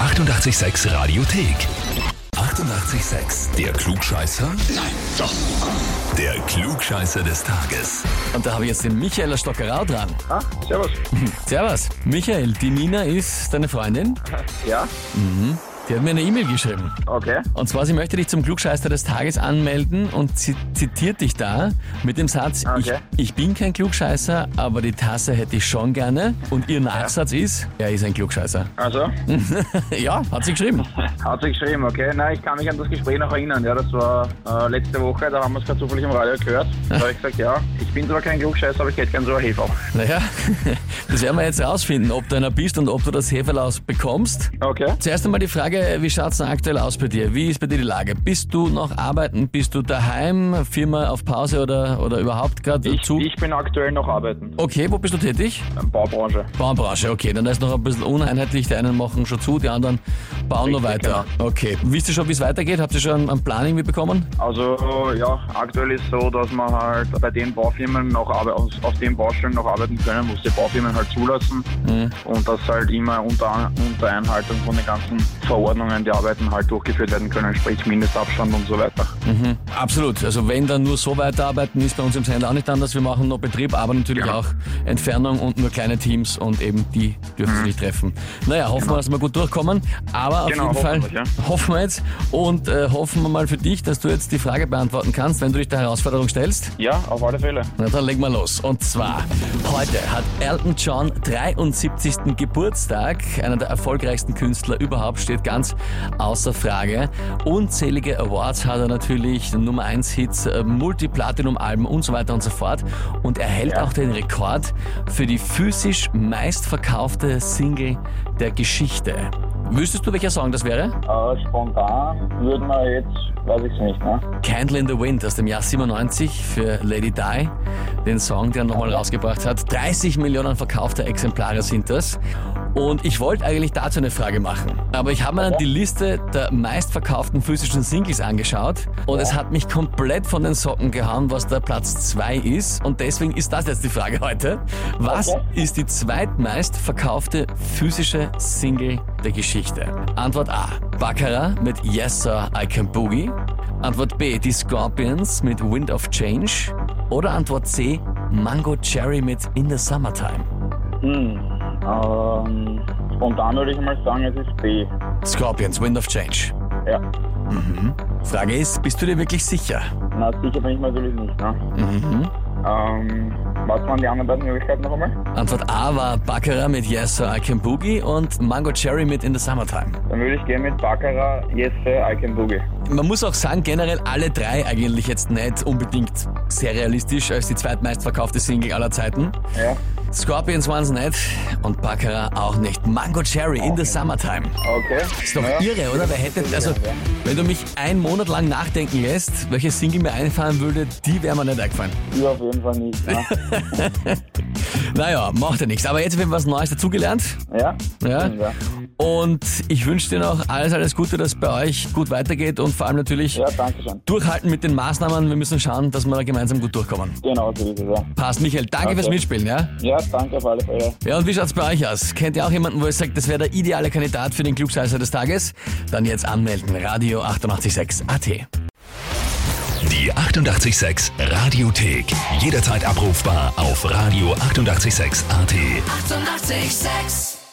886 Radiothek. 88,6. Der Klugscheißer? Nein, doch. Der Klugscheißer des Tages. Und da habe ich jetzt den Michael aus Stockerau dran. Ah, servus. Servus. Michael, die Nina ist deine Freundin. Ja, Die hat mir eine E-Mail geschrieben. okay. Und zwar, sie möchte dich zum Klugscheißer des Tages anmelden und zi- zitiert dich da mit dem Satz, Okay. ich, ich bin kein Klugscheißer, aber die Tasse hätte ich schon gerne. Und ihr Nachsatz ist, er ist ein Klugscheißer. Also, ja, hat sie geschrieben. hat sie geschrieben, okay. Nein, ich kann mich an das Gespräch noch erinnern. Ja, das war äh, letzte Woche, da haben wir es gerade zufällig im Radio gehört. Da habe ich gesagt, ja, ich bin zwar kein Klugscheißer, aber ich hätte gern so ein Hefer. Naja, das werden wir jetzt herausfinden, ob du einer bist und ob du das Heferlaus bekommst. Okay. Zuerst einmal die Frage, wie schaut's denn aktuell aus bei dir? Wie ist bei dir die Lage? Bist du noch arbeiten? Bist du daheim? Firma auf Pause oder, oder überhaupt gerade Ich, zu? ich bin aktuell noch arbeiten. Okay, wo bist du tätig? Baubranche. Baubranche, okay, dann ist noch ein bisschen uneinheitlich. Die einen machen schon zu, die anderen bauen noch Richtig, genau. weiter. Okay, wisst ihr schon, wie es weitergeht? Habt ihr schon einen Plan irgendwie bekommen? Also, ja, aktuell ist so, dass man halt bei den Baufirmen noch arbeiten, auf, auf den Baustellen noch arbeiten können, wo es die Baufirmen halt zulassen. Und dass halt immer unter, unter Einhaltung von den ganzen Verordnungen die Arbeiten halt durchgeführt werden können, sprich Mindestabstand und so weiter. Absolut. Also wenn dann nur so weiterarbeiten, ist bei uns im Sender auch nicht anders. Wir machen noch Betrieb, aber natürlich Ja. auch Entfernung und nur kleine Teams und eben die dürfen sich nicht treffen. Naja, hoffen wir, dass wir gut durchkommen. Aber auf Mhm. Genau, jeden Fall hoffen wir, ja. hoffen wir jetzt und äh, hoffen wir mal für dich, dass du jetzt die Frage beantworten kannst, wenn du dich der Herausforderung stellst. Ja, auf alle Fälle. Na dann legen wir los. Und zwar, heute hat Elton John 73. Geburtstag. Einer der erfolgreichsten Künstler überhaupt, steht ganz außer Frage. Unzählige Awards hat er natürlich, Nummer 1 Hits, äh, Multiplatinum-Alben und so weiter und so fort. Und er hält auch den Rekord für die physisch meistverkaufte Single der Geschichte. Wüsstest du, welcher Song das wäre? Äh, spontan würden wir jetzt, weiß ich nicht, ne? Candle in the Wind aus dem Jahr 97 für Lady Di, den Song, der er nochmal rausgebracht hat. 30 Millionen verkaufter Exemplare sind das. Und ich wollte eigentlich dazu eine Frage machen. Aber ich habe mir dann die Liste der meistverkauften physischen Singles angeschaut und es hat mich komplett von den Socken gehauen, was der Platz 2 ist. Und deswegen ist das jetzt die Frage heute. Was Okay. ist die zweitmeist verkaufte physische Single der Geschichte? Antwort A. Baccarat mit Yes Sir I Can Boogie. Antwort B. Die Scorpions mit Wind of Change. Oder Antwort C. Mango Cherry mit In the Summertime. Hm. Ähm, spontan würde ich mal sagen, es ist B. Scorpions, Wind of Change. Ja. Mhm. Frage ist, bist du dir wirklich sicher? Na, sicher bin ich mir natürlich nicht, ne? Mhm. Ähm, was waren die anderen beiden Möglichkeiten noch einmal? Antwort A war Baccarat mit Yes Sir I Can Boogie und Mango Cherry mit In the Summertime. Dann würde ich gehen mit Baccarat, Yes Sir, I Can Boogie. Man muss auch sagen, generell alle drei eigentlich jetzt nicht unbedingt sehr realistisch als die zweitmeistverkaufte Single aller Zeiten. Ja, Scorpions waren's nicht und Baccarat auch nicht. Mango Cherry in the Summertime. okay. Ist doch irre, oder? Wer hätte, also, wenn du mich einen Monat lang nachdenken lässt, welche Single mir einfallen würde, die wäre mir nicht eingefallen. Ja, auf jeden Fall nicht, ne? Naja, macht ja nichts. Aber jetzt haben wir was Neues dazugelernt. ja? Ja. Ja, Und ich wünsche dir noch alles, alles Gute, dass bei euch gut weitergeht und vor allem natürlich ja danke schön. durchhalten mit den Maßnahmen. Wir müssen schauen, dass wir da gemeinsam gut durchkommen. Genau, so ist es, ja. Passt, Michael. Danke Okay. fürs Mitspielen, ja? Ja, danke auf alle Fälle. Ja, und wie schaut's bei euch aus? Kennt ihr auch jemanden, wo ihr sagt, das wäre der ideale Kandidat für den Klugscheißer des Tages? Dann jetzt anmelden. Radio 886 AT. Die 88,6 Radiothek. Jederzeit abrufbar auf radio886.at. 88,6. Eighty-eight, sex.